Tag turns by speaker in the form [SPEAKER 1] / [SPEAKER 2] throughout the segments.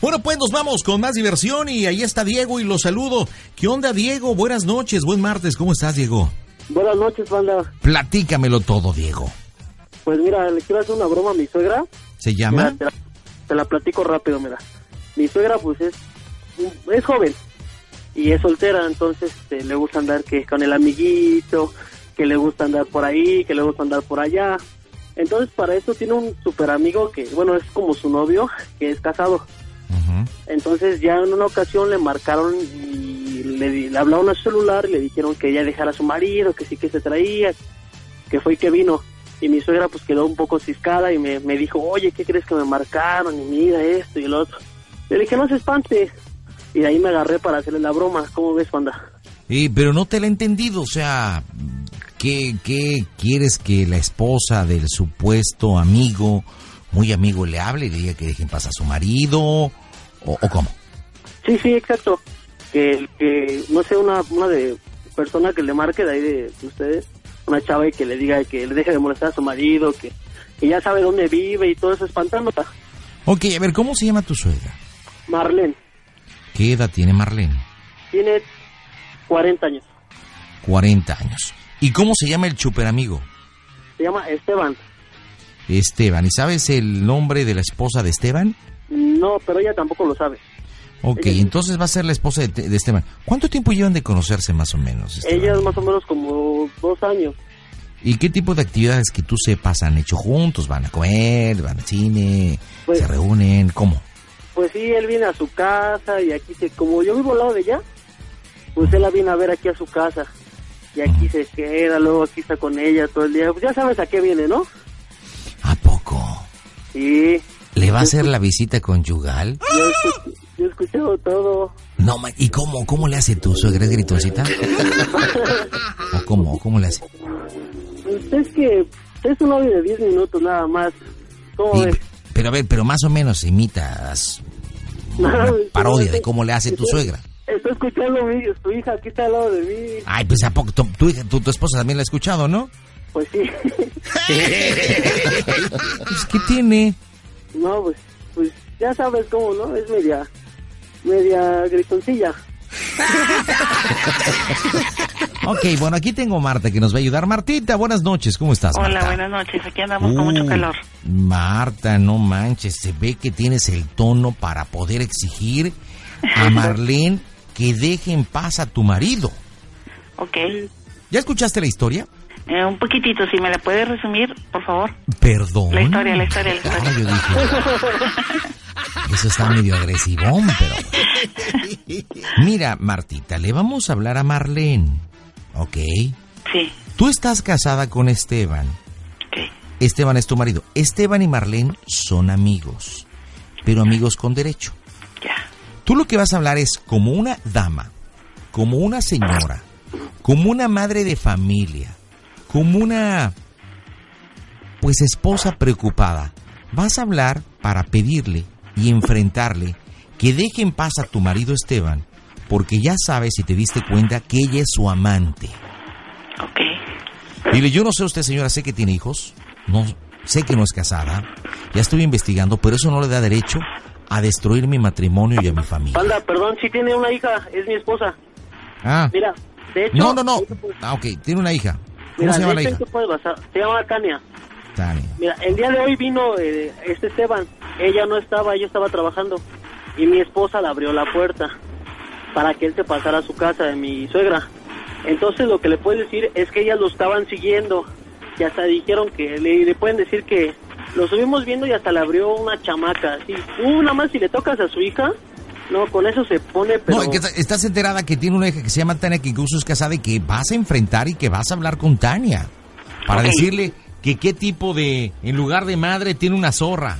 [SPEAKER 1] Bueno, pues nos vamos con más diversión y ahí está Diego y lo saludo. ¿Qué onda, Diego? Buenas noches, buen martes. ¿Cómo estás, Diego?
[SPEAKER 2] Buenas noches, banda.
[SPEAKER 1] Platícamelo todo, Diego.
[SPEAKER 2] Pues mira, le quiero hacer una broma a mi suegra.
[SPEAKER 1] ¿Se llama?
[SPEAKER 2] Mira, te, la, te la platico rápido, mira. Mi suegra, pues es, es joven y es soltera, entonces este, le gusta andar que con el amiguito, que le gusta andar por ahí, que le gusta andar por allá. Entonces, para eso tiene un super amigo que, bueno, es como su novio, que es casado. Entonces ya en una ocasión le marcaron y le, di- le hablaron a su celular y le dijeron que ella dejara a su marido, que sí que se traía, que fue y que vino. Y mi suegra pues quedó un poco ciscada y me, me dijo, oye, ¿qué crees que me marcaron? Y mira esto y lo otro. Le dije, no se espante. Y de ahí me agarré para hacerle la broma. ¿Cómo ves, banda?
[SPEAKER 1] Y, pero no te la he entendido, o sea, ¿qué, ¿qué quieres que la esposa del supuesto amigo, muy amigo, le hable y le diga que dejen pasar a su marido? ¿O, o cómo?
[SPEAKER 2] Sí, sí, exacto. Que, que no sé, una, una de persona que le marque de ahí de ustedes, una chava y que le diga que le deje de molestar a su marido, que, que ya sabe dónde vive y todo eso, espantándola.
[SPEAKER 1] Ok, a ver, ¿cómo se llama tu suegra?
[SPEAKER 2] Marlene
[SPEAKER 1] ¿Qué edad tiene Marlene?
[SPEAKER 2] tiene 40 años,
[SPEAKER 1] 40 años. ¿Y cómo se llama el superamigo?
[SPEAKER 2] se llama Esteban.
[SPEAKER 1] Esteban. ¿Y sabes el nombre de la esposa de Esteban?
[SPEAKER 2] No, pero ella tampoco lo sabe.
[SPEAKER 1] Ok, entonces va a ser la esposa de, Te- de Esteban. ¿Cuánto tiempo llevan de conocerse más o menos? Esteban?
[SPEAKER 2] Ella es más o menos como dos años.
[SPEAKER 1] ¿Y qué tipo de actividades que tú sepas han hecho juntos? ¿Van a comer? ¿Van al cine?
[SPEAKER 2] Pues-
[SPEAKER 1] ¿Se reúnen? ¿Cómo?
[SPEAKER 2] Pues sí, él viene a su casa y aquí se, como yo vivo al lado de ella, pues él la viene a ver aquí a su casa. Y aquí se queda, luego aquí está con ella todo el día. Pues ya sabes a qué viene, ¿no?
[SPEAKER 1] ¿A poco?
[SPEAKER 2] Sí,
[SPEAKER 1] ¿Le va a hacer la visita conyugal?
[SPEAKER 2] yo he escu- yo he escuchado todo.
[SPEAKER 1] No, ma- ¿y cómo, cómo le hace tu suegra? ¿Es gritoncita? ¿O cómo? ¿O ¿Cómo le hace?
[SPEAKER 2] Pues es que es un audio de 10 minutos nada más. ¿Cómo
[SPEAKER 1] Y-
[SPEAKER 2] ves?
[SPEAKER 1] pero a ver, pero más o menos imitas una parodia de cómo le hace tu suegra.
[SPEAKER 2] Estoy escuchando a mi, tu hija aquí está al lado de mí.
[SPEAKER 1] Ay, pues a poco, tu, tu, hija- tu- tu esposa también la ha escuchado, ¿no?
[SPEAKER 2] Pues sí.
[SPEAKER 1] Pues, ¿Qué tiene?
[SPEAKER 2] No, pues, pues ya sabes cómo, ¿no? Es media, media gritoncilla.
[SPEAKER 1] Ok, bueno, aquí tengo a Marta que nos va a ayudar. Martita, buenas noches, ¿cómo estás?
[SPEAKER 3] Hola,
[SPEAKER 1] Marta?
[SPEAKER 3] buenas noches. Aquí andamos con mucho
[SPEAKER 1] Uy,
[SPEAKER 3] calor.
[SPEAKER 1] Marta, no manches, se ve que tienes el tono para poder exigir a Marlene que deje en paz a tu marido.
[SPEAKER 3] Ok. Eh,
[SPEAKER 1] ¿Ya escuchaste la historia?
[SPEAKER 3] un poquitito, si me la puedes resumir, por favor.
[SPEAKER 1] Perdón.
[SPEAKER 3] La historia, la historia, la historia.
[SPEAKER 1] Ah, yo dije. "Ah, Eso está medio agresivón, pero. Mira, Martita, le vamos a hablar a Marlene. Ok.
[SPEAKER 3] Sí,
[SPEAKER 1] Tú estás casada con Esteban.
[SPEAKER 3] ok.
[SPEAKER 1] Esteban es tu marido. Esteban y Marlene son amigos, pero amigos con derecho.
[SPEAKER 3] Ya.
[SPEAKER 1] Tú lo que vas a hablar es como una dama, como una señora, como una madre de familia, como una pues esposa preocupada. Vas a hablar para pedirle y enfrentarle que deje en paz a tu marido Esteban, porque ya sabes y te diste cuenta que ella es su amante.
[SPEAKER 3] Ok.
[SPEAKER 1] Dile, yo no sé usted, señora, sé que tiene hijos, no sé que no es casada, ya estoy investigando, pero eso no le da derecho a destruir mi matrimonio y a mi familia.
[SPEAKER 2] Panda, perdón, sí tiene una hija, es mi esposa.
[SPEAKER 1] Ah.
[SPEAKER 2] Mira, de hecho...
[SPEAKER 1] No, no, no.
[SPEAKER 2] esto puede-
[SPEAKER 1] Ah, ok, tiene una hija. ¿Cómo
[SPEAKER 2] Mira,
[SPEAKER 1] se llama
[SPEAKER 2] de
[SPEAKER 1] la
[SPEAKER 2] hecho,
[SPEAKER 1] hija?
[SPEAKER 2] esto puede pasar. Se llama Tania.
[SPEAKER 1] Tania.
[SPEAKER 2] Mira, el día de hoy vino eh, este Esteban. Ella no estaba, yo estaba trabajando. Y mi esposa le abrió la puerta para que él se pasara a su casa de mi suegra. Entonces lo que le puedes decir es que ellas lo estaban siguiendo. Y hasta dijeron que le, le pueden decir que lo subimos viendo y hasta le abrió una chamaca. Así, uh, nada más si le tocas a su hija, no, con eso se pone, pero.
[SPEAKER 1] No, que está- estás enterada que tiene una hija que se llama Tania, que incluso es casada y que vas a enfrentar y que vas a hablar con Tania. Para
[SPEAKER 3] Ok.
[SPEAKER 1] decirle que qué tipo de, en lugar de madre, tiene una zorra.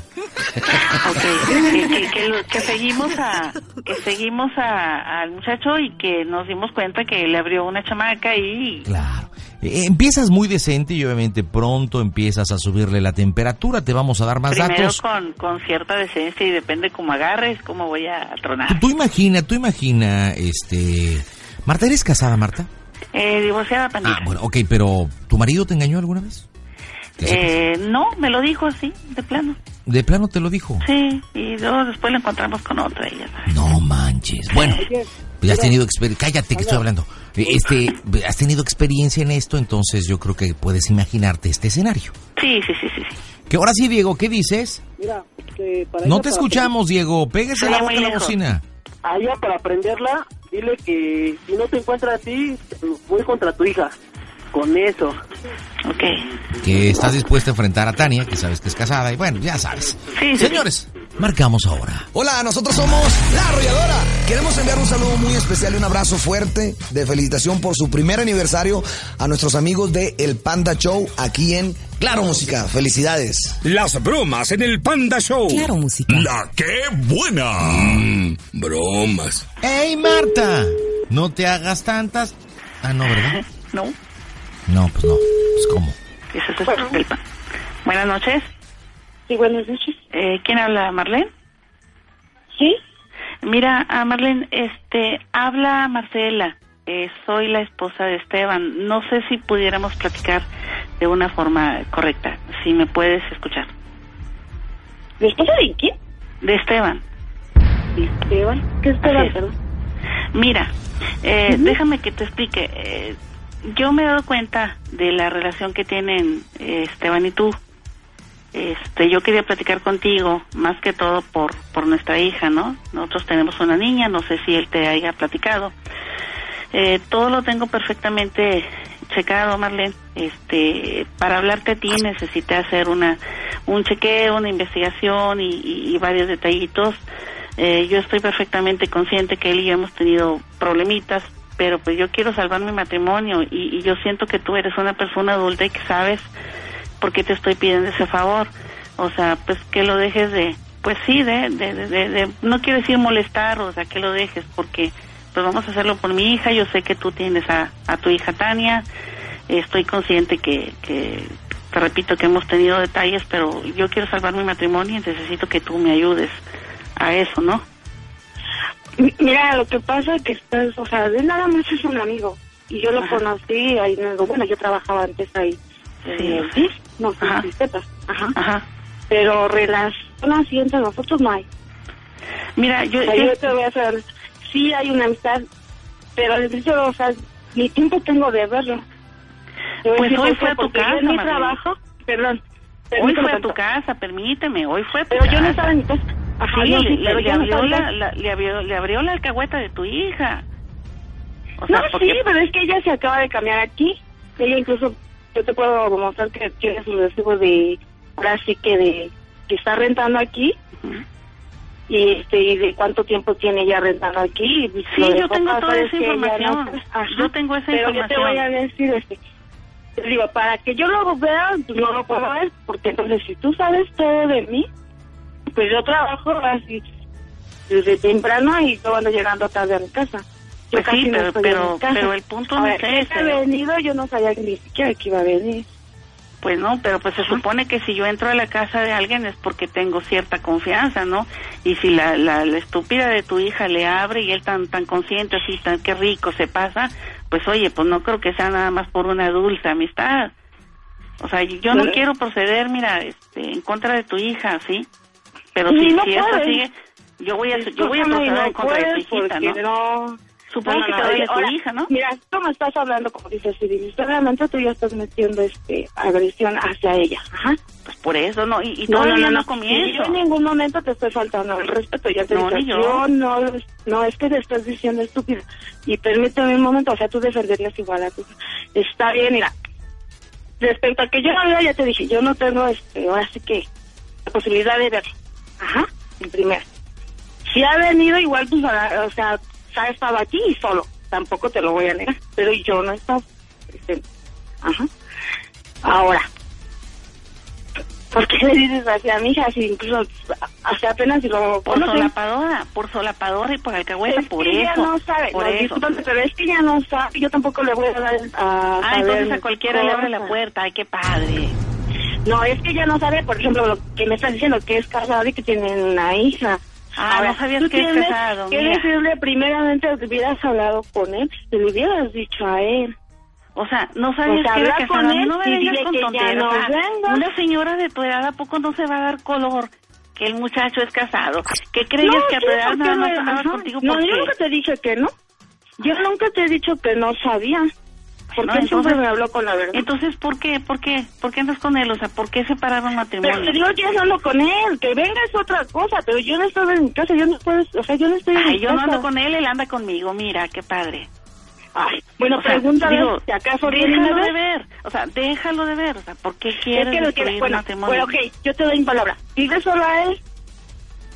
[SPEAKER 3] Ok, que, que- que lo- que seguimos a que seguimos a- al muchacho y que nos dimos cuenta que le abrió una chamaca y
[SPEAKER 1] Claro. Eh, empiezas muy decente y obviamente pronto empiezas a subirle la temperatura. Te vamos a dar más
[SPEAKER 3] primero
[SPEAKER 1] datos.
[SPEAKER 3] con, con cierta decencia y depende cómo agarres, cómo voy a tronar.
[SPEAKER 1] Tú, tú imagina, tú imagina, este... Marta, ¿eres casada, Marta?
[SPEAKER 3] Eh, divorciada, pandita.
[SPEAKER 1] Ah, bueno, ok, pero ¿tu marido te engañó alguna vez? ¿Te sepas?
[SPEAKER 3] Eh, no, me lo dijo así, de plano.
[SPEAKER 1] ¿De plano te lo dijo?
[SPEAKER 3] Sí, y luego después lo encontramos con otra. Y ya sabes.
[SPEAKER 1] No manches. Bueno,
[SPEAKER 2] Oye,
[SPEAKER 1] pues has
[SPEAKER 2] mira,
[SPEAKER 1] tenido experiencia. Cállate que estoy hablando. Eh, Este, has tenido experiencia en esto, entonces yo creo que puedes imaginarte este escenario.
[SPEAKER 3] Sí, sí, sí, sí. sí.
[SPEAKER 1] Que ahora sí, Diego, ¿qué dices?
[SPEAKER 2] Mira, que para
[SPEAKER 1] No te
[SPEAKER 2] ella, para-
[SPEAKER 1] escuchamos, Diego. Pégase
[SPEAKER 3] Ay,
[SPEAKER 1] la
[SPEAKER 3] muy
[SPEAKER 1] boca a la
[SPEAKER 3] lejos.
[SPEAKER 1] bocina.
[SPEAKER 2] A ella, para prenderla, dile que si no te encuentra a ti, voy contra tu hija. Con eso.
[SPEAKER 3] Ok.
[SPEAKER 1] Que estás dispuesta a enfrentar a Tania, que sabes que es casada, y bueno, ya sabes.
[SPEAKER 3] Sí, sí, sí.
[SPEAKER 1] Señores, marcamos ahora.
[SPEAKER 4] Hola, nosotros somos La Arrolladora. Queremos enviar un saludo muy especial y un abrazo fuerte de felicitación por su primer aniversario a nuestros amigos de El Panda Show aquí en Claro Música. Felicidades.
[SPEAKER 5] Las bromas en el Panda Show.
[SPEAKER 6] Claro, música. Mm,
[SPEAKER 5] La que buena. bromas.
[SPEAKER 1] ¡Ey, Marta! No te hagas tantas. Ah, no, ¿verdad?
[SPEAKER 3] No,
[SPEAKER 1] No, pues no. Pues cómo.
[SPEAKER 3] eso es del pan. Buenas noches.
[SPEAKER 7] Sí, buenas noches.
[SPEAKER 3] Eh, ¿Quién habla, Marlene?
[SPEAKER 7] ¿Sí?
[SPEAKER 3] Mira, ah, Marlene, este, habla Marcela. Eh, soy la esposa de Esteban. No sé si pudiéramos platicar de una forma correcta. Si me puedes escuchar.
[SPEAKER 7] ¿La esposa de quién?
[SPEAKER 3] De Esteban.
[SPEAKER 7] De Esteban. ¿Qué Esteban,
[SPEAKER 3] Así es. Mira, eh, déjame que te explique. Eh, yo me he dado cuenta de la relación que tienen eh, Esteban y tú. Este, yo quería platicar contigo, más que todo por, por nuestra hija, ¿no? Nosotros tenemos una niña, no sé si él te haya platicado. Eh, todo lo tengo perfectamente checado, Marlene. Este, para hablarte a ti necesité hacer una, un chequeo, una investigación y, y- y varios detallitos. Eh, yo estoy perfectamente consciente que él y yo hemos tenido problemitas, pero pues yo quiero salvar mi matrimonio y, y yo siento que tú eres una persona adulta y que sabes por qué te estoy pidiendo ese favor. O sea, pues que lo dejes de, pues sí, de, de, de, de- de- no quiero decir molestar, o sea, que lo dejes, porque pues vamos a hacerlo por mi hija, yo sé que tú tienes a, a tu hija Tania, estoy consciente que, que, te repito, que hemos tenido detalles, pero yo quiero salvar mi matrimonio y necesito que tú me ayudes a eso, ¿no?
[SPEAKER 7] Mi- Mira, lo que pasa es que estás, o sea, de nada más es un amigo. Y yo lo
[SPEAKER 3] Ajá.
[SPEAKER 7] conocí ahí en algo, bueno, yo trabajaba antes ahí.
[SPEAKER 3] Sí.
[SPEAKER 7] eh, sí, no sé
[SPEAKER 3] Ajá.
[SPEAKER 7] si sepas. Ajá.
[SPEAKER 3] Ajá.
[SPEAKER 7] Pero relación así entre nosotros no hay.
[SPEAKER 3] Mira, yo...
[SPEAKER 7] O sea,
[SPEAKER 3] yo-
[SPEAKER 7] yo te voy a hacer, sí hay una amistad, pero al principio, o sea, ni tiempo tengo de verlo. Te voy a
[SPEAKER 3] Pues
[SPEAKER 7] decir
[SPEAKER 3] hoy
[SPEAKER 7] por qué,
[SPEAKER 3] fue a tu
[SPEAKER 7] porque yo
[SPEAKER 3] casa,
[SPEAKER 7] en mi
[SPEAKER 3] Marlene.
[SPEAKER 7] trabajo, perdón.
[SPEAKER 3] hoy
[SPEAKER 7] permíteme
[SPEAKER 3] fue a tu
[SPEAKER 7] tanto.
[SPEAKER 3] casa, permíteme, hoy fue a tu
[SPEAKER 7] Pero yo no
[SPEAKER 3] casa.
[SPEAKER 7] estaba en mi casa. Ajá,
[SPEAKER 3] Sí,
[SPEAKER 7] yo
[SPEAKER 3] le,
[SPEAKER 7] sí,
[SPEAKER 3] le-
[SPEAKER 7] pero
[SPEAKER 3] le
[SPEAKER 7] yo no
[SPEAKER 3] abrió
[SPEAKER 7] estaba en
[SPEAKER 3] la,
[SPEAKER 7] casa.
[SPEAKER 3] la- le, abrió, le abrió la alcahueta de tu hija. O
[SPEAKER 7] No,
[SPEAKER 3] sea, porque- pues
[SPEAKER 7] sí, pero es que ella se acaba de cambiar aquí. Ella incluso, yo te puedo mostrar que tiene su recibo de, ahora sí que de, que está rentando aquí.
[SPEAKER 3] Ujú.
[SPEAKER 7] Y, este, y de cuánto tiempo tiene ella rentando aquí. Y
[SPEAKER 3] Sí,
[SPEAKER 7] lo
[SPEAKER 3] yo
[SPEAKER 7] dejó
[SPEAKER 3] tengo
[SPEAKER 7] pasar,
[SPEAKER 3] toda
[SPEAKER 7] es
[SPEAKER 3] esa
[SPEAKER 7] que ella
[SPEAKER 3] información.
[SPEAKER 7] Ajá.
[SPEAKER 3] Yo tengo esa
[SPEAKER 7] pero yo te voy a
[SPEAKER 3] información.
[SPEAKER 7] decir, este, te digo, para que yo lo vea, pues, no lo puedo ver, porque entonces si tú sabes todo de mí, pues yo trabajo así desde temprano y yo ando llegando tarde a mi casa. Yo
[SPEAKER 3] Pues sí,
[SPEAKER 7] casi no
[SPEAKER 3] pero-
[SPEAKER 7] estoy en
[SPEAKER 3] pero-
[SPEAKER 7] mi casa.
[SPEAKER 3] pero el punto no
[SPEAKER 7] Ahora,
[SPEAKER 3] es
[SPEAKER 7] que
[SPEAKER 3] ese.
[SPEAKER 7] haya venido, yo no sabía ni siquiera que iba a venir.
[SPEAKER 3] Pues no, pero pues se supone que si yo entro a la casa de alguien es porque tengo cierta confianza, ¿no? Y si la, la, la estúpida de tu hija le abre y él tan tan consciente, así tan qué rico se pasa, pues oye, pues no creo que sea nada más por una dulce amistad. O sea, yo no
[SPEAKER 7] Claro.
[SPEAKER 3] quiero proceder, mira, este, en contra de tu hija, ¿sí? Pero
[SPEAKER 7] Y
[SPEAKER 3] si,
[SPEAKER 7] no
[SPEAKER 3] si esto
[SPEAKER 7] puedes.
[SPEAKER 3] sigue, yo voy a, yo voy a
[SPEAKER 7] Discúlpame,
[SPEAKER 3] proceder
[SPEAKER 7] Pues, no
[SPEAKER 3] en contra de tu
[SPEAKER 7] puedes
[SPEAKER 3] hijita, ¿no?
[SPEAKER 7] porque no
[SPEAKER 3] Supongo
[SPEAKER 7] No,
[SPEAKER 3] que
[SPEAKER 7] no,
[SPEAKER 3] te
[SPEAKER 7] no,
[SPEAKER 3] duele
[SPEAKER 7] ahora,
[SPEAKER 3] tu hija, ¿no?
[SPEAKER 7] Mira, tú me estás hablando como dices, Civil. Realmente tú ya estás metiendo este agresión hacia ella. Ajá.
[SPEAKER 3] Pues por eso, ¿no? Y, y todavía no, comienzo.
[SPEAKER 7] Yo en ningún momento te estoy faltando al respeto. Ya te
[SPEAKER 3] No,
[SPEAKER 7] dije,
[SPEAKER 3] ni yo.
[SPEAKER 7] no, no, es que te estás diciendo estúpido. Y permíteme un momento, o sea, tú defenderías igual a tu. Está bien, mira. respecto a que yo no veo, ya te dije, yo no tengo, este, ahora sí que, la posibilidad de verlo. Ajá, en primera. Si ha venido, igual, pues, a- o sea, ha estado aquí y solo. Tampoco te lo voy a negar, pero yo no he estado este, presente. Ajá. Ahora, ¿por qué le dices así a mi hija? Si incluso, hasta apenas si lo
[SPEAKER 3] Por
[SPEAKER 7] conoce?
[SPEAKER 3] solapadora, por solapadora y por alcahueta,
[SPEAKER 7] Es que
[SPEAKER 3] por
[SPEAKER 7] ella
[SPEAKER 3] eso.
[SPEAKER 7] no sabe,
[SPEAKER 3] por
[SPEAKER 7] no,
[SPEAKER 3] eso.
[SPEAKER 7] discúlpame, pero es que ella no sabe, yo tampoco le voy a dar a
[SPEAKER 3] Ah,
[SPEAKER 7] saber
[SPEAKER 3] entonces a cualquiera le abre la
[SPEAKER 7] cosas.
[SPEAKER 3] puerta. Ay, qué padre.
[SPEAKER 7] No, es que ella no sabe, por ejemplo, lo que me estás diciendo, que es casado y que tiene una hija.
[SPEAKER 3] Ah,
[SPEAKER 7] Ahora,
[SPEAKER 3] no sabías
[SPEAKER 7] tú
[SPEAKER 3] que es
[SPEAKER 7] tienes
[SPEAKER 3] casado,
[SPEAKER 7] que
[SPEAKER 3] mira.
[SPEAKER 7] decirle primeramente, te hubieras hablado con él, te lo hubieras dicho a él.
[SPEAKER 3] O sea, no sabías
[SPEAKER 7] Pues
[SPEAKER 3] que era
[SPEAKER 7] habla con
[SPEAKER 3] casada.
[SPEAKER 7] él
[SPEAKER 3] no me
[SPEAKER 7] y
[SPEAKER 3] vengas
[SPEAKER 7] dile
[SPEAKER 3] con
[SPEAKER 7] que ya
[SPEAKER 3] tonterías.
[SPEAKER 7] no
[SPEAKER 3] O sea,
[SPEAKER 7] venga.
[SPEAKER 3] una señora de tu edad, ¿a poco no se va a dar color que el muchacho es casado? ¿Qué creías que a tu
[SPEAKER 7] sí,
[SPEAKER 3] edad
[SPEAKER 7] ¿por
[SPEAKER 3] nada
[SPEAKER 7] qué
[SPEAKER 3] más
[SPEAKER 7] me-
[SPEAKER 3] andaba
[SPEAKER 7] ajá.
[SPEAKER 3] contigo?
[SPEAKER 7] No,
[SPEAKER 3] porque-
[SPEAKER 7] yo nunca te dije que no. Yo nunca te he dicho que no sabía. Porque
[SPEAKER 3] Bueno,
[SPEAKER 7] él siempre
[SPEAKER 3] Ah, entonces-
[SPEAKER 7] me habló con la verdad.
[SPEAKER 3] Entonces, ¿por qué? ¿Por qué? ¿Por qué andas con él? O sea, ¿por qué separaron
[SPEAKER 7] Pero te
[SPEAKER 3] matrimonio?
[SPEAKER 7] digo que yo solo con él, que venga es otra cosa, pero yo no estoy en mi casa, yo no puedo, o sea, yo no estoy en
[SPEAKER 3] Ay,
[SPEAKER 7] mi
[SPEAKER 3] yo no
[SPEAKER 7] casa.
[SPEAKER 3] ando con él, él anda conmigo. Mira, qué padre.
[SPEAKER 7] Ay, bueno,
[SPEAKER 3] O sea,
[SPEAKER 7] pregúntale
[SPEAKER 3] digo,
[SPEAKER 7] si acaso
[SPEAKER 3] déjalo
[SPEAKER 7] tiene
[SPEAKER 3] de ver. O sea, déjalo de ver. O sea, ¿por qué
[SPEAKER 7] Es
[SPEAKER 3] quieres
[SPEAKER 7] que lo
[SPEAKER 3] destruir
[SPEAKER 7] que,
[SPEAKER 3] el
[SPEAKER 7] bueno,
[SPEAKER 3] matrimonio?
[SPEAKER 7] bueno, ok, yo te doy mi palabra. Dile solo a él,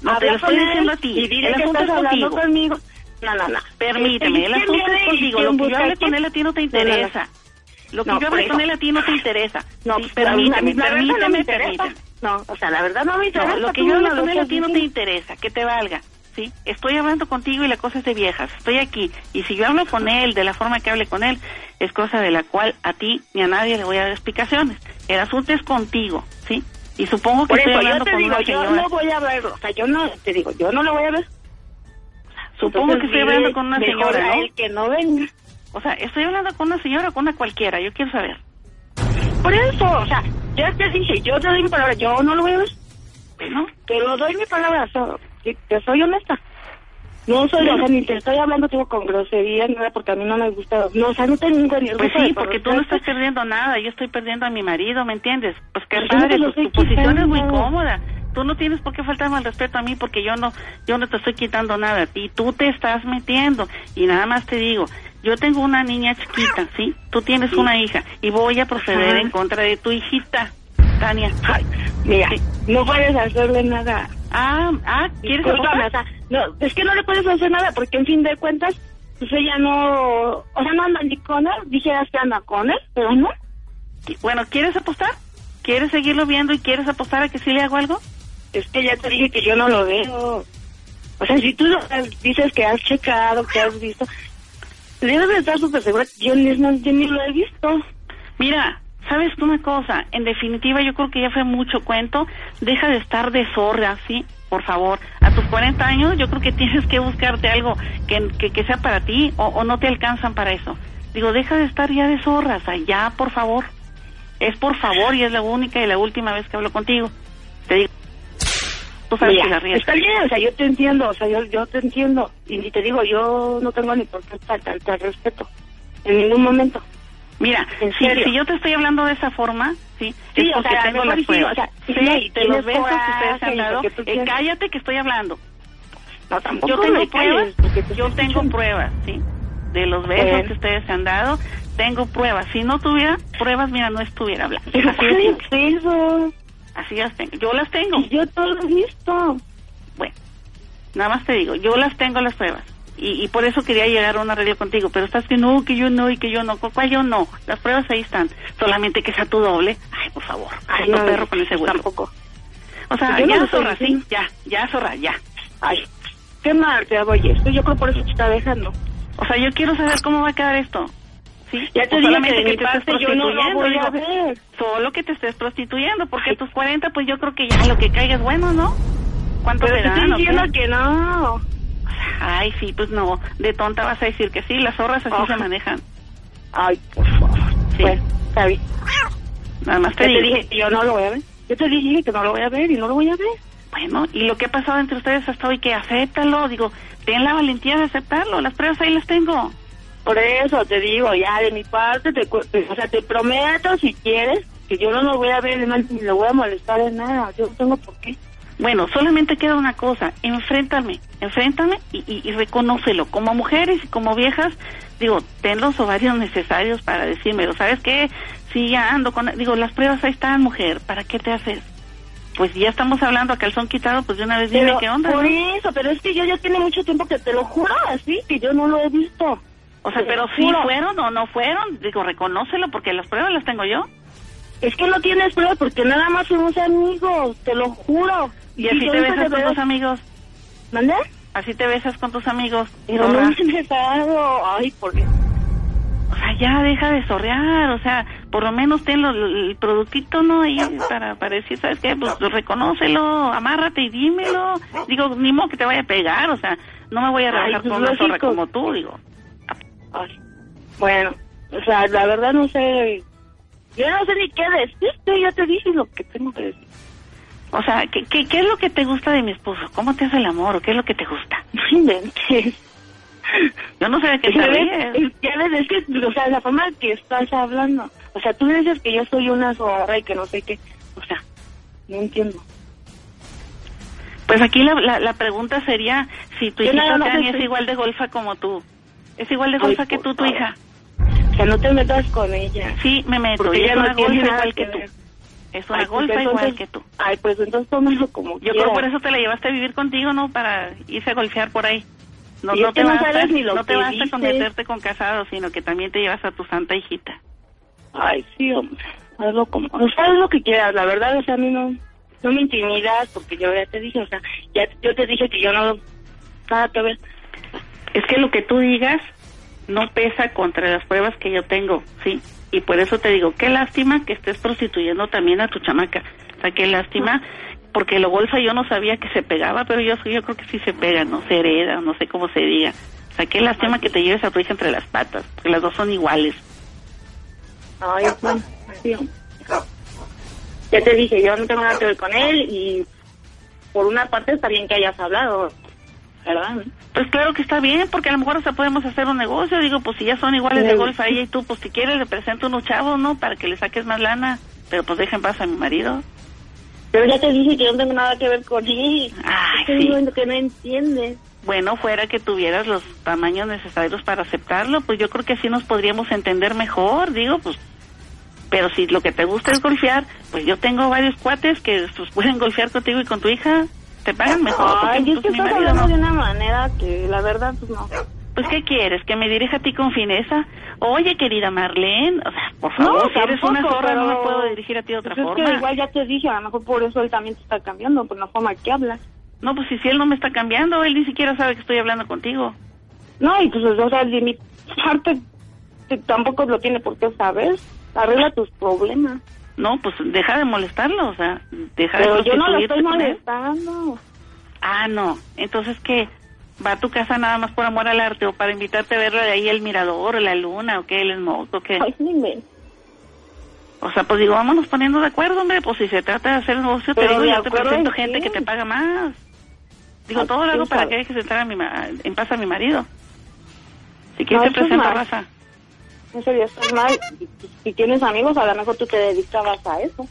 [SPEAKER 3] No, te
[SPEAKER 7] habla
[SPEAKER 3] lo estoy
[SPEAKER 7] con él
[SPEAKER 3] diciendo a ti.
[SPEAKER 7] y dile
[SPEAKER 3] El
[SPEAKER 7] que
[SPEAKER 3] asunto
[SPEAKER 7] estás
[SPEAKER 3] es
[SPEAKER 7] hablando
[SPEAKER 3] contigo.
[SPEAKER 7] conmigo. No, no, no.
[SPEAKER 3] Permíteme, el
[SPEAKER 7] ¿Quién
[SPEAKER 3] asunto
[SPEAKER 7] viene
[SPEAKER 3] es
[SPEAKER 7] y
[SPEAKER 3] contigo.
[SPEAKER 7] quién
[SPEAKER 3] Lo que yo
[SPEAKER 7] busca
[SPEAKER 3] hable
[SPEAKER 7] a
[SPEAKER 3] con
[SPEAKER 7] quién?
[SPEAKER 3] él a ti no te
[SPEAKER 7] No, no, no.
[SPEAKER 3] interesa. Lo que
[SPEAKER 7] No,
[SPEAKER 3] yo
[SPEAKER 7] por
[SPEAKER 3] hable con
[SPEAKER 7] eso.
[SPEAKER 3] él a ti no te interesa.
[SPEAKER 7] No,
[SPEAKER 3] Sí,
[SPEAKER 7] pues,
[SPEAKER 3] permíteme,
[SPEAKER 7] la verdad no me
[SPEAKER 3] permíteme,
[SPEAKER 7] interesa.
[SPEAKER 3] permíteme.
[SPEAKER 7] No, o sea, la verdad no me interesa.
[SPEAKER 3] No, lo que yo
[SPEAKER 7] tú no
[SPEAKER 3] hablo
[SPEAKER 7] lo
[SPEAKER 3] con él a
[SPEAKER 7] estás
[SPEAKER 3] ti no te
[SPEAKER 7] diciendo.
[SPEAKER 3] interesa, que te valga. ¿sí? Estoy hablando contigo y la cosa es de viejas. Estoy aquí. Y si yo hablo con él de la forma que hable con él, es cosa de la cual a ti ni a nadie le voy a dar explicaciones. El asunto es contigo, ¿sí? Y supongo que
[SPEAKER 7] Por
[SPEAKER 3] estoy
[SPEAKER 7] eso yo
[SPEAKER 3] hablando
[SPEAKER 7] te
[SPEAKER 3] con
[SPEAKER 7] digo,
[SPEAKER 3] una
[SPEAKER 7] yo
[SPEAKER 3] señora.
[SPEAKER 7] no voy a verlo. O sea, yo no, te digo, yo no lo voy a ver.
[SPEAKER 3] Supongo
[SPEAKER 7] Entonces,
[SPEAKER 3] que estoy
[SPEAKER 7] dile
[SPEAKER 3] hablando con una
[SPEAKER 7] mejor
[SPEAKER 3] señora,
[SPEAKER 7] a
[SPEAKER 3] ¿no?
[SPEAKER 7] él que no venga.
[SPEAKER 3] O sea, estoy hablando con una señora o con una cualquiera. Yo quiero saber.
[SPEAKER 7] Por eso, o sea, ya te dije, yo te doy mi palabra, yo no lo voy a ver.
[SPEAKER 3] Bueno,
[SPEAKER 7] Te lo doy mi palabra, so- y te soy honesta. No soy, o sea, ni te estoy hablando tipo con grosería, ni nada, porque a mí no me gusta. No, o sea, no tengo ni el
[SPEAKER 3] Pues
[SPEAKER 7] gusto
[SPEAKER 3] sí,
[SPEAKER 7] de
[SPEAKER 3] porque tú no
[SPEAKER 7] conocerte.
[SPEAKER 3] estás perdiendo nada, yo estoy perdiendo a mi marido, ¿me entiendes? Pues qué
[SPEAKER 7] Pero yo no
[SPEAKER 3] padre,
[SPEAKER 7] te lo
[SPEAKER 3] pues, tu
[SPEAKER 7] estoy
[SPEAKER 3] posición es muy
[SPEAKER 7] quitando.
[SPEAKER 3] cómoda. Tú no tienes por qué faltarme al respeto a mí porque yo no yo no te estoy quitando nada a ti, tú te estás metiendo. Y nada más te digo, yo tengo una niña chiquita, ¿sí? Tú tienes una hija y voy a proceder
[SPEAKER 7] Ajá.
[SPEAKER 3] en contra de tu hijita, Tania.
[SPEAKER 7] Ay, mira, no puedes hacerle nada.
[SPEAKER 3] Ah, ah, ¿quieres
[SPEAKER 7] Discúlpame,
[SPEAKER 3] abortar?
[SPEAKER 7] Pues, o sea, no, es que no le puedes hacer nada porque en fin de cuentas, pues ella no, o sea, no anda ni con él, dijeras que anda con él, pero no.
[SPEAKER 3] Bueno, ¿quieres apostar? ¿Quieres seguirlo viendo y quieres apostar a que sí le hago algo?
[SPEAKER 7] Es que ya te dije que yo no lo veo. O sea, si tú lo- dices que has checado, que has visto, debes de estar súper segura. que Yo ni, no- yo ni lo he visto.
[SPEAKER 3] Mira, ¿sabes una cosa? En definitiva, yo creo que ya fue mucho cuento. Deja de estar de zorra, ¿sí? Por favor. A tus 40 años, yo creo que tienes que buscarte algo que, que, que sea para ti o, o no te alcanzan para eso. Digo, deja de estar ya de zorra, o sea, ya, por favor. Es por favor y es la única y la última vez que hablo contigo. Te digo. Tú sabes que
[SPEAKER 7] Mira,
[SPEAKER 3] la riesgo.
[SPEAKER 7] está bien, o sea, yo te entiendo, o sea, yo, yo te entiendo. Y ni te digo, yo no tengo ni por qué faltarte al respeto. En ningún momento.
[SPEAKER 3] Mira,
[SPEAKER 7] ¿En
[SPEAKER 3] si,
[SPEAKER 7] serio?
[SPEAKER 3] si yo te estoy hablando de esa forma, sí,
[SPEAKER 7] Sí,
[SPEAKER 3] es
[SPEAKER 7] o
[SPEAKER 3] porque
[SPEAKER 7] sea, a lo
[SPEAKER 3] tengo
[SPEAKER 7] mejor
[SPEAKER 3] las
[SPEAKER 7] sí,
[SPEAKER 3] pruebas.
[SPEAKER 7] o sea,
[SPEAKER 3] Sí,
[SPEAKER 7] sí, y
[SPEAKER 3] de los
[SPEAKER 7] tienes
[SPEAKER 3] besos que ustedes
[SPEAKER 7] coraje
[SPEAKER 3] han
[SPEAKER 7] y
[SPEAKER 3] dado,
[SPEAKER 7] lo que tú
[SPEAKER 3] eh,
[SPEAKER 7] quieras.
[SPEAKER 3] cállate que estoy hablando.
[SPEAKER 7] No, tampoco
[SPEAKER 3] Yo
[SPEAKER 7] me
[SPEAKER 3] tengo pruebas,
[SPEAKER 7] calles, porque te
[SPEAKER 3] yo
[SPEAKER 7] estoy
[SPEAKER 3] tengo
[SPEAKER 7] escuchando.
[SPEAKER 3] pruebas, sí, de los besos
[SPEAKER 7] Bueno.
[SPEAKER 3] que ustedes se han dado, tengo pruebas. Si no tuviera pruebas, mira, no estuviera hablando.
[SPEAKER 7] Pero
[SPEAKER 3] Así, de simple,
[SPEAKER 7] ¿cuál es eso?
[SPEAKER 3] así las tengo. Yo las tengo.
[SPEAKER 7] Y Yo todo lo he visto.
[SPEAKER 3] Bueno, nada más te digo, yo las tengo las pruebas. Y, y por eso quería llegar a una radio contigo, pero estás que no, que yo no y que yo no. ¿Cu- ¿Cuál yo no? Las pruebas ahí están. Solamente que sea tu doble. Ay, por favor. Ay, no, perro con ese huevo.
[SPEAKER 7] Tampoco.
[SPEAKER 3] O sea,
[SPEAKER 7] Yo no
[SPEAKER 3] ya
[SPEAKER 7] lo estoy
[SPEAKER 3] zorra, sí,
[SPEAKER 7] diciendo.
[SPEAKER 3] ya, ya zorra, ya.
[SPEAKER 7] Ay, qué mal te oye. Esto yo creo por eso te está dejando.
[SPEAKER 3] O sea, yo quiero saber cómo va a quedar esto. ¿Sí?
[SPEAKER 7] Ya te
[SPEAKER 3] O
[SPEAKER 7] digo
[SPEAKER 3] solamente
[SPEAKER 7] que de mi
[SPEAKER 3] te estés
[SPEAKER 7] parte yo no lo
[SPEAKER 3] prostituyendo,
[SPEAKER 7] voy a
[SPEAKER 3] digo,
[SPEAKER 7] ver.
[SPEAKER 3] Solo que te estés prostituyendo, porque a tus 40, pues yo creo que ya lo que caiga es bueno, ¿no? ¿Cuánto
[SPEAKER 7] Pero
[SPEAKER 3] te
[SPEAKER 7] te
[SPEAKER 3] dan,
[SPEAKER 7] estoy
[SPEAKER 3] o qué?
[SPEAKER 7] diciendo que no.
[SPEAKER 3] Ay, sí, pues no. De tonta vas a decir que sí, las zorras así
[SPEAKER 7] Ojo.
[SPEAKER 3] se manejan.
[SPEAKER 7] Ay, por favor.
[SPEAKER 3] Sí.
[SPEAKER 7] Bueno, está bien.
[SPEAKER 3] Nada más te
[SPEAKER 7] Ya te
[SPEAKER 3] digo.
[SPEAKER 7] dije que yo no lo voy a ver. Yo te dije que no lo voy a ver y no lo voy a ver.
[SPEAKER 3] Bueno, y lo que ha pasado entre ustedes hasta hoy, que acéptalo, digo, ten la valentía de aceptarlo, las pruebas ahí las tengo.
[SPEAKER 7] Por eso te digo, ya de mi parte, te, cu- te- o sea, te prometo si quieres que yo no lo voy a ver ni mal- ni lo voy a molestar en nada. Yo no tengo por qué.
[SPEAKER 3] Bueno, solamente queda una cosa, enfréntame, enfréntame y, y- y reconócelo. Como mujeres y como viejas, digo, ten los ovarios necesarios para decírmelo. ¿Sabes qué? Sí, ya ando con... Digo, las pruebas ahí están, mujer. ¿Para qué te haces? Pues ya estamos hablando a calzón quitado, pues de una vez dime
[SPEAKER 7] Pero,
[SPEAKER 3] qué onda.
[SPEAKER 7] Por
[SPEAKER 3] ¿no?
[SPEAKER 7] eso, pero es que yo ya tiene mucho tiempo que te lo juro así, que yo no lo he visto.
[SPEAKER 3] O sea,
[SPEAKER 7] Te
[SPEAKER 3] pero
[SPEAKER 7] lo
[SPEAKER 3] si
[SPEAKER 7] juro.
[SPEAKER 3] fueron o no fueron, digo, reconócelo porque las pruebas las tengo yo.
[SPEAKER 7] Es que no tienes pruebas porque nada más somos amigos, te lo juro.
[SPEAKER 3] Y así
[SPEAKER 7] yo
[SPEAKER 3] te
[SPEAKER 7] ahorita
[SPEAKER 3] besas con
[SPEAKER 7] veo-
[SPEAKER 3] tus amigos.
[SPEAKER 7] ¿Mande?
[SPEAKER 3] Así te besas con tus amigos.
[SPEAKER 7] Pero
[SPEAKER 3] zorra.
[SPEAKER 7] no me he besado. Ay, por qué?
[SPEAKER 3] O sea, ya deja de sorrear, o sea, por lo menos ten lo- el productito, ¿no? Ahí para, para decir, ¿sabes qué? Pues reconócelo, amárrate y dímelo. Digo, ni modo que te vaya a pegar, o sea, no me voy a
[SPEAKER 7] Ay,
[SPEAKER 3] relajar
[SPEAKER 7] pues
[SPEAKER 3] con una zorra
[SPEAKER 7] lógico.
[SPEAKER 3] como tú, digo.
[SPEAKER 7] Ay, bueno, o sea, la verdad no sé. Yo no sé ni qué decirte, ya te dije lo que tengo que decir.
[SPEAKER 3] O sea, ¿qué, qué, qué es lo que te gusta de mi esposo? ¿Cómo te hace el amor o qué es lo que te gusta?
[SPEAKER 7] No inventes.
[SPEAKER 3] Yo no sé de qué te
[SPEAKER 7] Ya ves,
[SPEAKER 3] ríes.
[SPEAKER 7] ya ves, es que, o sea, la forma en que estás hablando. O sea, tú dices que yo soy una zorra y que no sé qué. O sea, no entiendo.
[SPEAKER 3] Pues aquí la, la, la pregunta sería si tu
[SPEAKER 7] Yo
[SPEAKER 3] hijita
[SPEAKER 7] nada más
[SPEAKER 3] Tania
[SPEAKER 7] estoy-
[SPEAKER 3] es igual de golfa como tú. Es igual de
[SPEAKER 7] Ay,
[SPEAKER 3] golfa que
[SPEAKER 7] por
[SPEAKER 3] tú, tu
[SPEAKER 7] favor.
[SPEAKER 3] hija.
[SPEAKER 7] O sea, no te metas con ella.
[SPEAKER 3] Sí, me meto.
[SPEAKER 7] Porque
[SPEAKER 3] y
[SPEAKER 7] ella
[SPEAKER 3] es
[SPEAKER 7] no
[SPEAKER 3] una
[SPEAKER 7] tiene
[SPEAKER 3] golfa
[SPEAKER 7] nada
[SPEAKER 3] igual que
[SPEAKER 7] que
[SPEAKER 3] tú.
[SPEAKER 7] ver.
[SPEAKER 3] Es una
[SPEAKER 7] Ay, pues,
[SPEAKER 3] golfa igual
[SPEAKER 7] entonces-
[SPEAKER 3] que tú.
[SPEAKER 7] Ay, pues entonces tómalo como
[SPEAKER 3] Yo creo por eso te la llevaste a vivir contigo, ¿no? Para irse a golfear por ahí. No,
[SPEAKER 7] Y es
[SPEAKER 3] no te
[SPEAKER 7] que no
[SPEAKER 3] basta,
[SPEAKER 7] sabes ni lo
[SPEAKER 3] no te
[SPEAKER 7] que
[SPEAKER 3] basta con
[SPEAKER 7] dices.
[SPEAKER 3] meterte con casado, sino que también te llevas a tu santa hijita.
[SPEAKER 7] Ay, sí, hombre. Hazlo como... O sea, haz lo que quieras. La verdad, o sea, a mí no, no me intimidas porque yo ya te dije, o sea, ya yo te dije que yo no... Nada que ver.
[SPEAKER 3] Es que lo que tú digas no pesa contra las pruebas que yo tengo, ¿sí? Y por eso te digo, qué lástima que estés prostituyendo también a tu chamaca. O sea, qué lástima, porque lo golfa yo no sabía que se pegaba, pero yo, yo creo que sí se pega, no se hereda, no sé cómo se diga. O sea, qué lástima que te lleves a tu hija entre las patas, porque las dos son iguales.
[SPEAKER 7] Ay, pues, bueno, sí, hombre. Ya te dije, yo no tengo nada que ver con él y por una parte está bien que hayas hablado, ¿verdad?
[SPEAKER 3] Pues claro que está bien, porque a lo mejor hasta podemos hacer un negocio. Digo, pues si ya son iguales de
[SPEAKER 7] Sí.
[SPEAKER 3] golf a ella y tú, pues si quieres le presento unos chavos, ¿no? Para que le saques más lana. Pero pues dejen paz a mi marido.
[SPEAKER 7] Pero ya te dije que yo no tengo nada que ver con él.
[SPEAKER 3] Ay,
[SPEAKER 7] Es que
[SPEAKER 3] sí.
[SPEAKER 7] digo que no entiendes.
[SPEAKER 3] Bueno, fuera que tuvieras los tamaños necesarios para aceptarlo, pues yo creo que así nos podríamos entender mejor. Digo, pues. Pero si lo que te gusta es golfear, pues yo tengo varios cuates que pues, pueden golfear contigo y con tu hija. Te pagan mejor. porque,
[SPEAKER 7] Ay, es
[SPEAKER 3] pues,
[SPEAKER 7] que
[SPEAKER 3] mi
[SPEAKER 7] estás
[SPEAKER 3] marido
[SPEAKER 7] hablando
[SPEAKER 3] no.
[SPEAKER 7] de una manera que la verdad, pues no.
[SPEAKER 3] Pues, ¿qué quieres? ¿Que me dirija a ti con fineza? Oye, querida Marlene, o sea, por
[SPEAKER 7] No,
[SPEAKER 3] favor, si eres
[SPEAKER 7] tampoco,
[SPEAKER 3] una zorra, no me
[SPEAKER 7] pero-
[SPEAKER 3] puedo dirigir a ti de otra
[SPEAKER 7] Pues es
[SPEAKER 3] forma.
[SPEAKER 7] que igual ya te dije, a lo mejor por eso él también te está cambiando, por la forma que hablas.
[SPEAKER 3] No, pues si, si él no me está cambiando, él ni siquiera sabe que estoy hablando contigo.
[SPEAKER 7] No, y pues, o sea, de mi parte t- tampoco lo tiene por qué saber. Arregla tus problemas.
[SPEAKER 3] No, pues deja de molestarlo, o sea, deja
[SPEAKER 7] Pero
[SPEAKER 3] de
[SPEAKER 7] yo no lo estoy
[SPEAKER 3] prostituirte con él.
[SPEAKER 7] molestando.
[SPEAKER 3] Ah, no. Entonces, ¿qué? ¿Va a tu casa nada más por amor al arte o para invitarte a ver de ahí el mirador o la luna o qué, el smoke o qué?
[SPEAKER 7] Ay, dime.
[SPEAKER 3] O sea, pues digo, vámonos poniendo de acuerdo, hombre. Pues si se trata de hacer negocio, te
[SPEAKER 7] Pero
[SPEAKER 3] digo,
[SPEAKER 7] de
[SPEAKER 3] yo te
[SPEAKER 7] acuerdo,
[SPEAKER 3] presento
[SPEAKER 7] ¿en
[SPEAKER 3] gente
[SPEAKER 7] qué?
[SPEAKER 3] que te paga más. Digo,
[SPEAKER 7] Ah,
[SPEAKER 3] todo lo hago
[SPEAKER 7] quién
[SPEAKER 3] para
[SPEAKER 7] sabe.
[SPEAKER 3] que dejes entrar a mi ma- en paz a mi marido. Si quieres,
[SPEAKER 7] No,
[SPEAKER 3] te
[SPEAKER 7] eso es
[SPEAKER 3] presento
[SPEAKER 7] mal.
[SPEAKER 3] raza.
[SPEAKER 7] En serio, estás mal. Y- y- Si tienes amigos, a lo mejor tú te dedicabas a eso.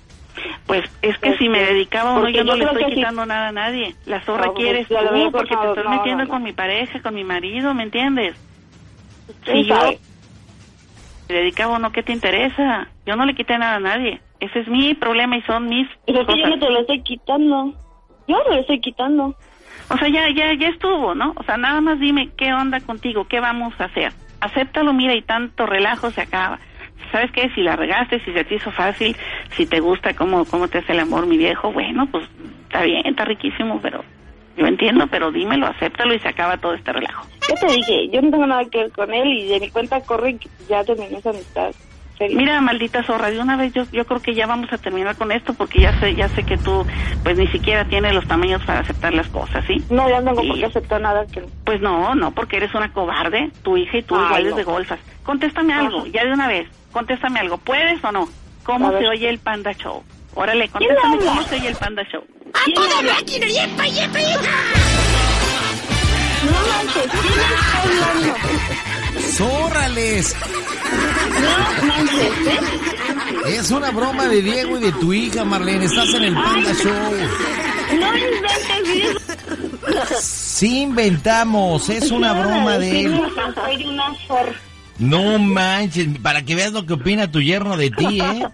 [SPEAKER 3] Pues es que si me
[SPEAKER 7] Este,
[SPEAKER 3] dedicaba a uno,
[SPEAKER 7] porque
[SPEAKER 3] yo no
[SPEAKER 7] yo
[SPEAKER 3] le
[SPEAKER 7] creo
[SPEAKER 3] estoy
[SPEAKER 7] que sí.
[SPEAKER 3] quitando nada a nadie. La zorra
[SPEAKER 7] No,
[SPEAKER 3] quieres tú,
[SPEAKER 7] pues, a lo mejor,
[SPEAKER 3] porque te
[SPEAKER 7] no,
[SPEAKER 3] estás
[SPEAKER 7] no,
[SPEAKER 3] metiendo
[SPEAKER 7] no.
[SPEAKER 3] con mi pareja, con mi marido, ¿me entiendes?
[SPEAKER 7] Pues, ¿Quién
[SPEAKER 3] Si yo
[SPEAKER 7] sabe?
[SPEAKER 3] me dedicaba a uno, ¿qué te interesa? Yo no le quité nada a nadie. Ese es mi problema y son mis
[SPEAKER 7] Pero es que yo
[SPEAKER 3] cosas.
[SPEAKER 7] no te lo estoy quitando. Yo no lo estoy quitando.
[SPEAKER 3] O sea, ya, ya, ya estuvo, ¿no? O sea, nada más dime qué onda contigo, qué vamos a hacer. Acéptalo, mira, y tanto relajo se acaba. ¿Sabes qué? Si la regaste, si se te hizo fácil, si te gusta cómo, cómo te hace el amor mi viejo, bueno, pues está bien, está riquísimo, pero yo entiendo, pero dímelo, acéptalo y se acaba todo este relajo.
[SPEAKER 7] Ya te dije, yo no tengo nada que ver con él y de mi cuenta corre que ya terminé esa amistad. En serio.
[SPEAKER 3] Mira, maldita zorra, de una vez yo, yo creo que ya vamos a terminar con esto porque ya sé, ya sé que tú pues ni siquiera tienes los tamaños para aceptar las cosas, ¿sí?
[SPEAKER 7] No, ya no tengo por
[SPEAKER 3] Sí.
[SPEAKER 7] qué aceptar nada que...
[SPEAKER 3] Pues no, no, porque eres una cobarde, tu hija y tú
[SPEAKER 7] Ay,
[SPEAKER 3] iguales
[SPEAKER 7] no.
[SPEAKER 3] de golfas. Contéstame algo,
[SPEAKER 7] Ajá.
[SPEAKER 3] ya de una vez, contéstame algo, ¿puedes o no? ¿Cómo
[SPEAKER 7] A ver.
[SPEAKER 3] se oye el Panda Show? Órale, contéstame
[SPEAKER 7] habla?
[SPEAKER 3] cómo se oye el Panda Show.
[SPEAKER 7] ¡A toda máquina! ¡Yepa, yepa, yepa! No manches, ¿quién está hablando?
[SPEAKER 1] ¡Zórrales!
[SPEAKER 7] No manches, ¿eh?
[SPEAKER 1] Es una broma de Diego y de tu hija, Marlene. Estás en el Panda Show.
[SPEAKER 7] No inventes, ¿sí?
[SPEAKER 1] Sí inventamos, es una
[SPEAKER 7] Quiero
[SPEAKER 1] broma de
[SPEAKER 7] decirle
[SPEAKER 1] él.
[SPEAKER 7] que Soy una zorra.
[SPEAKER 1] No manches, para que veas lo que opina tu yerno de ti, ¿eh?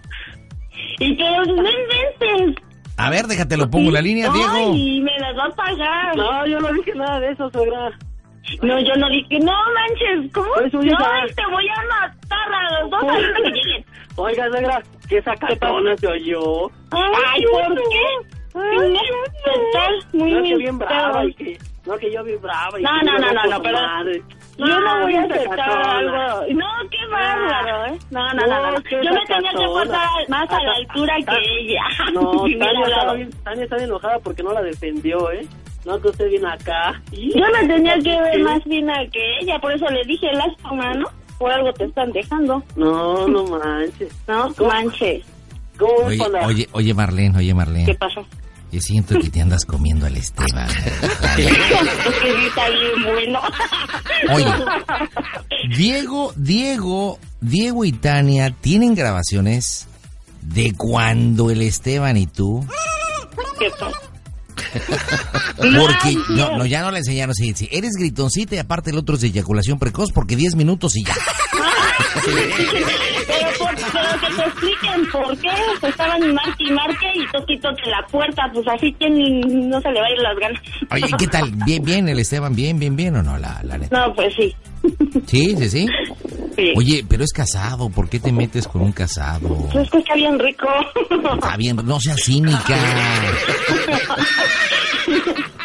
[SPEAKER 7] Y que los no inventes.
[SPEAKER 1] A ver, déjate lo pongo en la línea, Diego.
[SPEAKER 7] Ay, me las va a pagar.
[SPEAKER 2] No, yo no dije nada de eso, suegra.
[SPEAKER 7] No, yo no dije, no manches, ¿cómo?
[SPEAKER 2] Pues,
[SPEAKER 7] no,
[SPEAKER 2] oye, ya.
[SPEAKER 7] te voy a matar a los dos ahorita que lleguen.
[SPEAKER 2] Oiga, suegra, que esa cantona se oyó.
[SPEAKER 7] Ay, ¿por
[SPEAKER 2] no.
[SPEAKER 7] qué? Tienes que estar muy
[SPEAKER 2] no, que bien brava
[SPEAKER 7] invitado.
[SPEAKER 2] y que... No, que yo bien brava y
[SPEAKER 7] No,
[SPEAKER 2] que
[SPEAKER 7] no,
[SPEAKER 2] yo
[SPEAKER 7] no, no,
[SPEAKER 2] con
[SPEAKER 7] no,
[SPEAKER 2] su
[SPEAKER 7] pero-
[SPEAKER 2] madre.
[SPEAKER 7] Yo no voy a
[SPEAKER 2] esa
[SPEAKER 7] aceptar
[SPEAKER 2] cantona.
[SPEAKER 7] algo. No, qué bárbaro, ¿eh? No, no, no, no.
[SPEAKER 2] No, qué
[SPEAKER 7] Yo me tenía que
[SPEAKER 2] sacatona.
[SPEAKER 7] portar más a la altura
[SPEAKER 2] Ah,
[SPEAKER 7] que ella.
[SPEAKER 2] No,
[SPEAKER 7] Y mira,
[SPEAKER 2] Tania
[SPEAKER 7] la-
[SPEAKER 2] estaba bien- Tania está enojada porque no la defendió, ¿eh? No, que usted viene acá.
[SPEAKER 7] Yo me tenía que ver más fina que ella, por eso le dije las ¿no? Por algo te están dejando,
[SPEAKER 2] No, no manches.
[SPEAKER 7] ¿no?
[SPEAKER 2] ¿Cómo?
[SPEAKER 7] Manches.
[SPEAKER 2] ¿Cómo ves
[SPEAKER 1] Oye,
[SPEAKER 2] cuando-
[SPEAKER 1] oye, oye, Marlene, oye,
[SPEAKER 7] ¿Qué
[SPEAKER 1] Marlene.
[SPEAKER 7] pasó?
[SPEAKER 1] Yo siento que te andas comiendo al Esteban.
[SPEAKER 7] es que sí está bien bueno.
[SPEAKER 1] Oye, Diego, Diego, Diego y Tania tienen grabaciones de cuando el Esteban y tú.
[SPEAKER 7] ¿Qué pasó?
[SPEAKER 1] Porque no, no, ya no le enseñaron. Sí, sí, eres gritoncita y aparte el otro es de eyaculación precoz porque 10 minutos y ya.
[SPEAKER 7] Pero, por- pero que te expliquen por qué pues, estaban marque y marque y toque y toque la puerta, pues así que ni- no se le va a ir las ganas.
[SPEAKER 1] Oye, ¿qué tal? Bien, bien, el Esteban, bien, bien, bien o no, la, la neta.
[SPEAKER 7] No, pues sí.
[SPEAKER 1] Sí, sí, sí.
[SPEAKER 7] sí.
[SPEAKER 1] Oye, pero es casado, ¿por qué te metes con un casado?
[SPEAKER 7] Pues es que está bien rico.
[SPEAKER 1] Está bien, no sea cínica.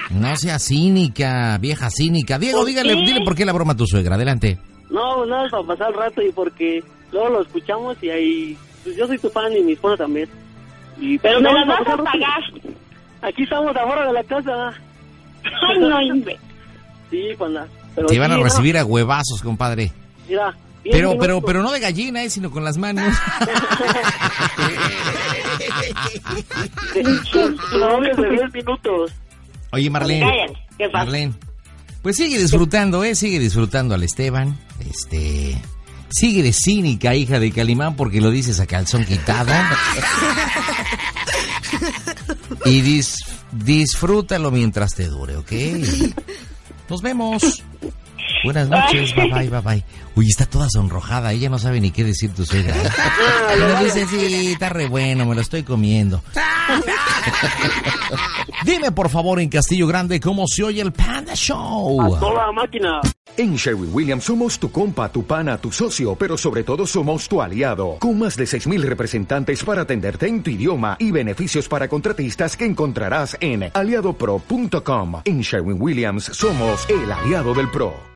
[SPEAKER 1] No sea cínica, vieja cínica. Diego,
[SPEAKER 2] ¿Por
[SPEAKER 1] dígale,
[SPEAKER 2] qué?
[SPEAKER 1] dile por qué la broma a tu suegra. Adelante.
[SPEAKER 2] No, nada, para pasar el rato y porque luego lo escuchamos y ahí... Pues yo soy tu fan y mi esposa también. Y,
[SPEAKER 7] Pero me
[SPEAKER 2] no,
[SPEAKER 7] las
[SPEAKER 2] para
[SPEAKER 7] vas a
[SPEAKER 2] pasar rato.
[SPEAKER 7] pagar.
[SPEAKER 2] Aquí estamos afuera de la casa.
[SPEAKER 7] Ay, no, hombre.
[SPEAKER 2] Sí, panda. Pero
[SPEAKER 1] Te van a
[SPEAKER 2] sí, no,
[SPEAKER 1] recibir a huevazos, compadre.
[SPEAKER 2] mira, bien
[SPEAKER 1] Pero, pero,
[SPEAKER 2] minutos.
[SPEAKER 1] pero no de gallina, eh, sino con las manos.
[SPEAKER 2] No, que de 10 minutos.
[SPEAKER 1] Oye, Marlene.
[SPEAKER 7] Cállate. ¿Qué pasa?
[SPEAKER 1] Marlene. Pues sigue disfrutando, eh, sigue disfrutando al Esteban. Este. Sigue de cínica, hija de Calimán, porque lo dices a calzón quitado. Y dis- disfrútalo mientras te dure, ¿ok? Nos vemos. Buenas noches, bye bye, bye bye. Uy, está toda sonrojada, ella no sabe ni qué decir tu suegra. Pero dice, sí, está re bueno, me lo estoy comiendo. Dime por favor en Castillo Grande cómo se oye el Panda Show.
[SPEAKER 2] A toda máquina.
[SPEAKER 6] En Sherwin Williams somos tu compa, tu pana, tu socio, pero sobre todo somos tu aliado, con más de 6.000 representantes para atenderte en tu idioma y beneficios para contratistas que encontrarás en aliadopro.com. En Sherwin Williams somos el aliado del PRO.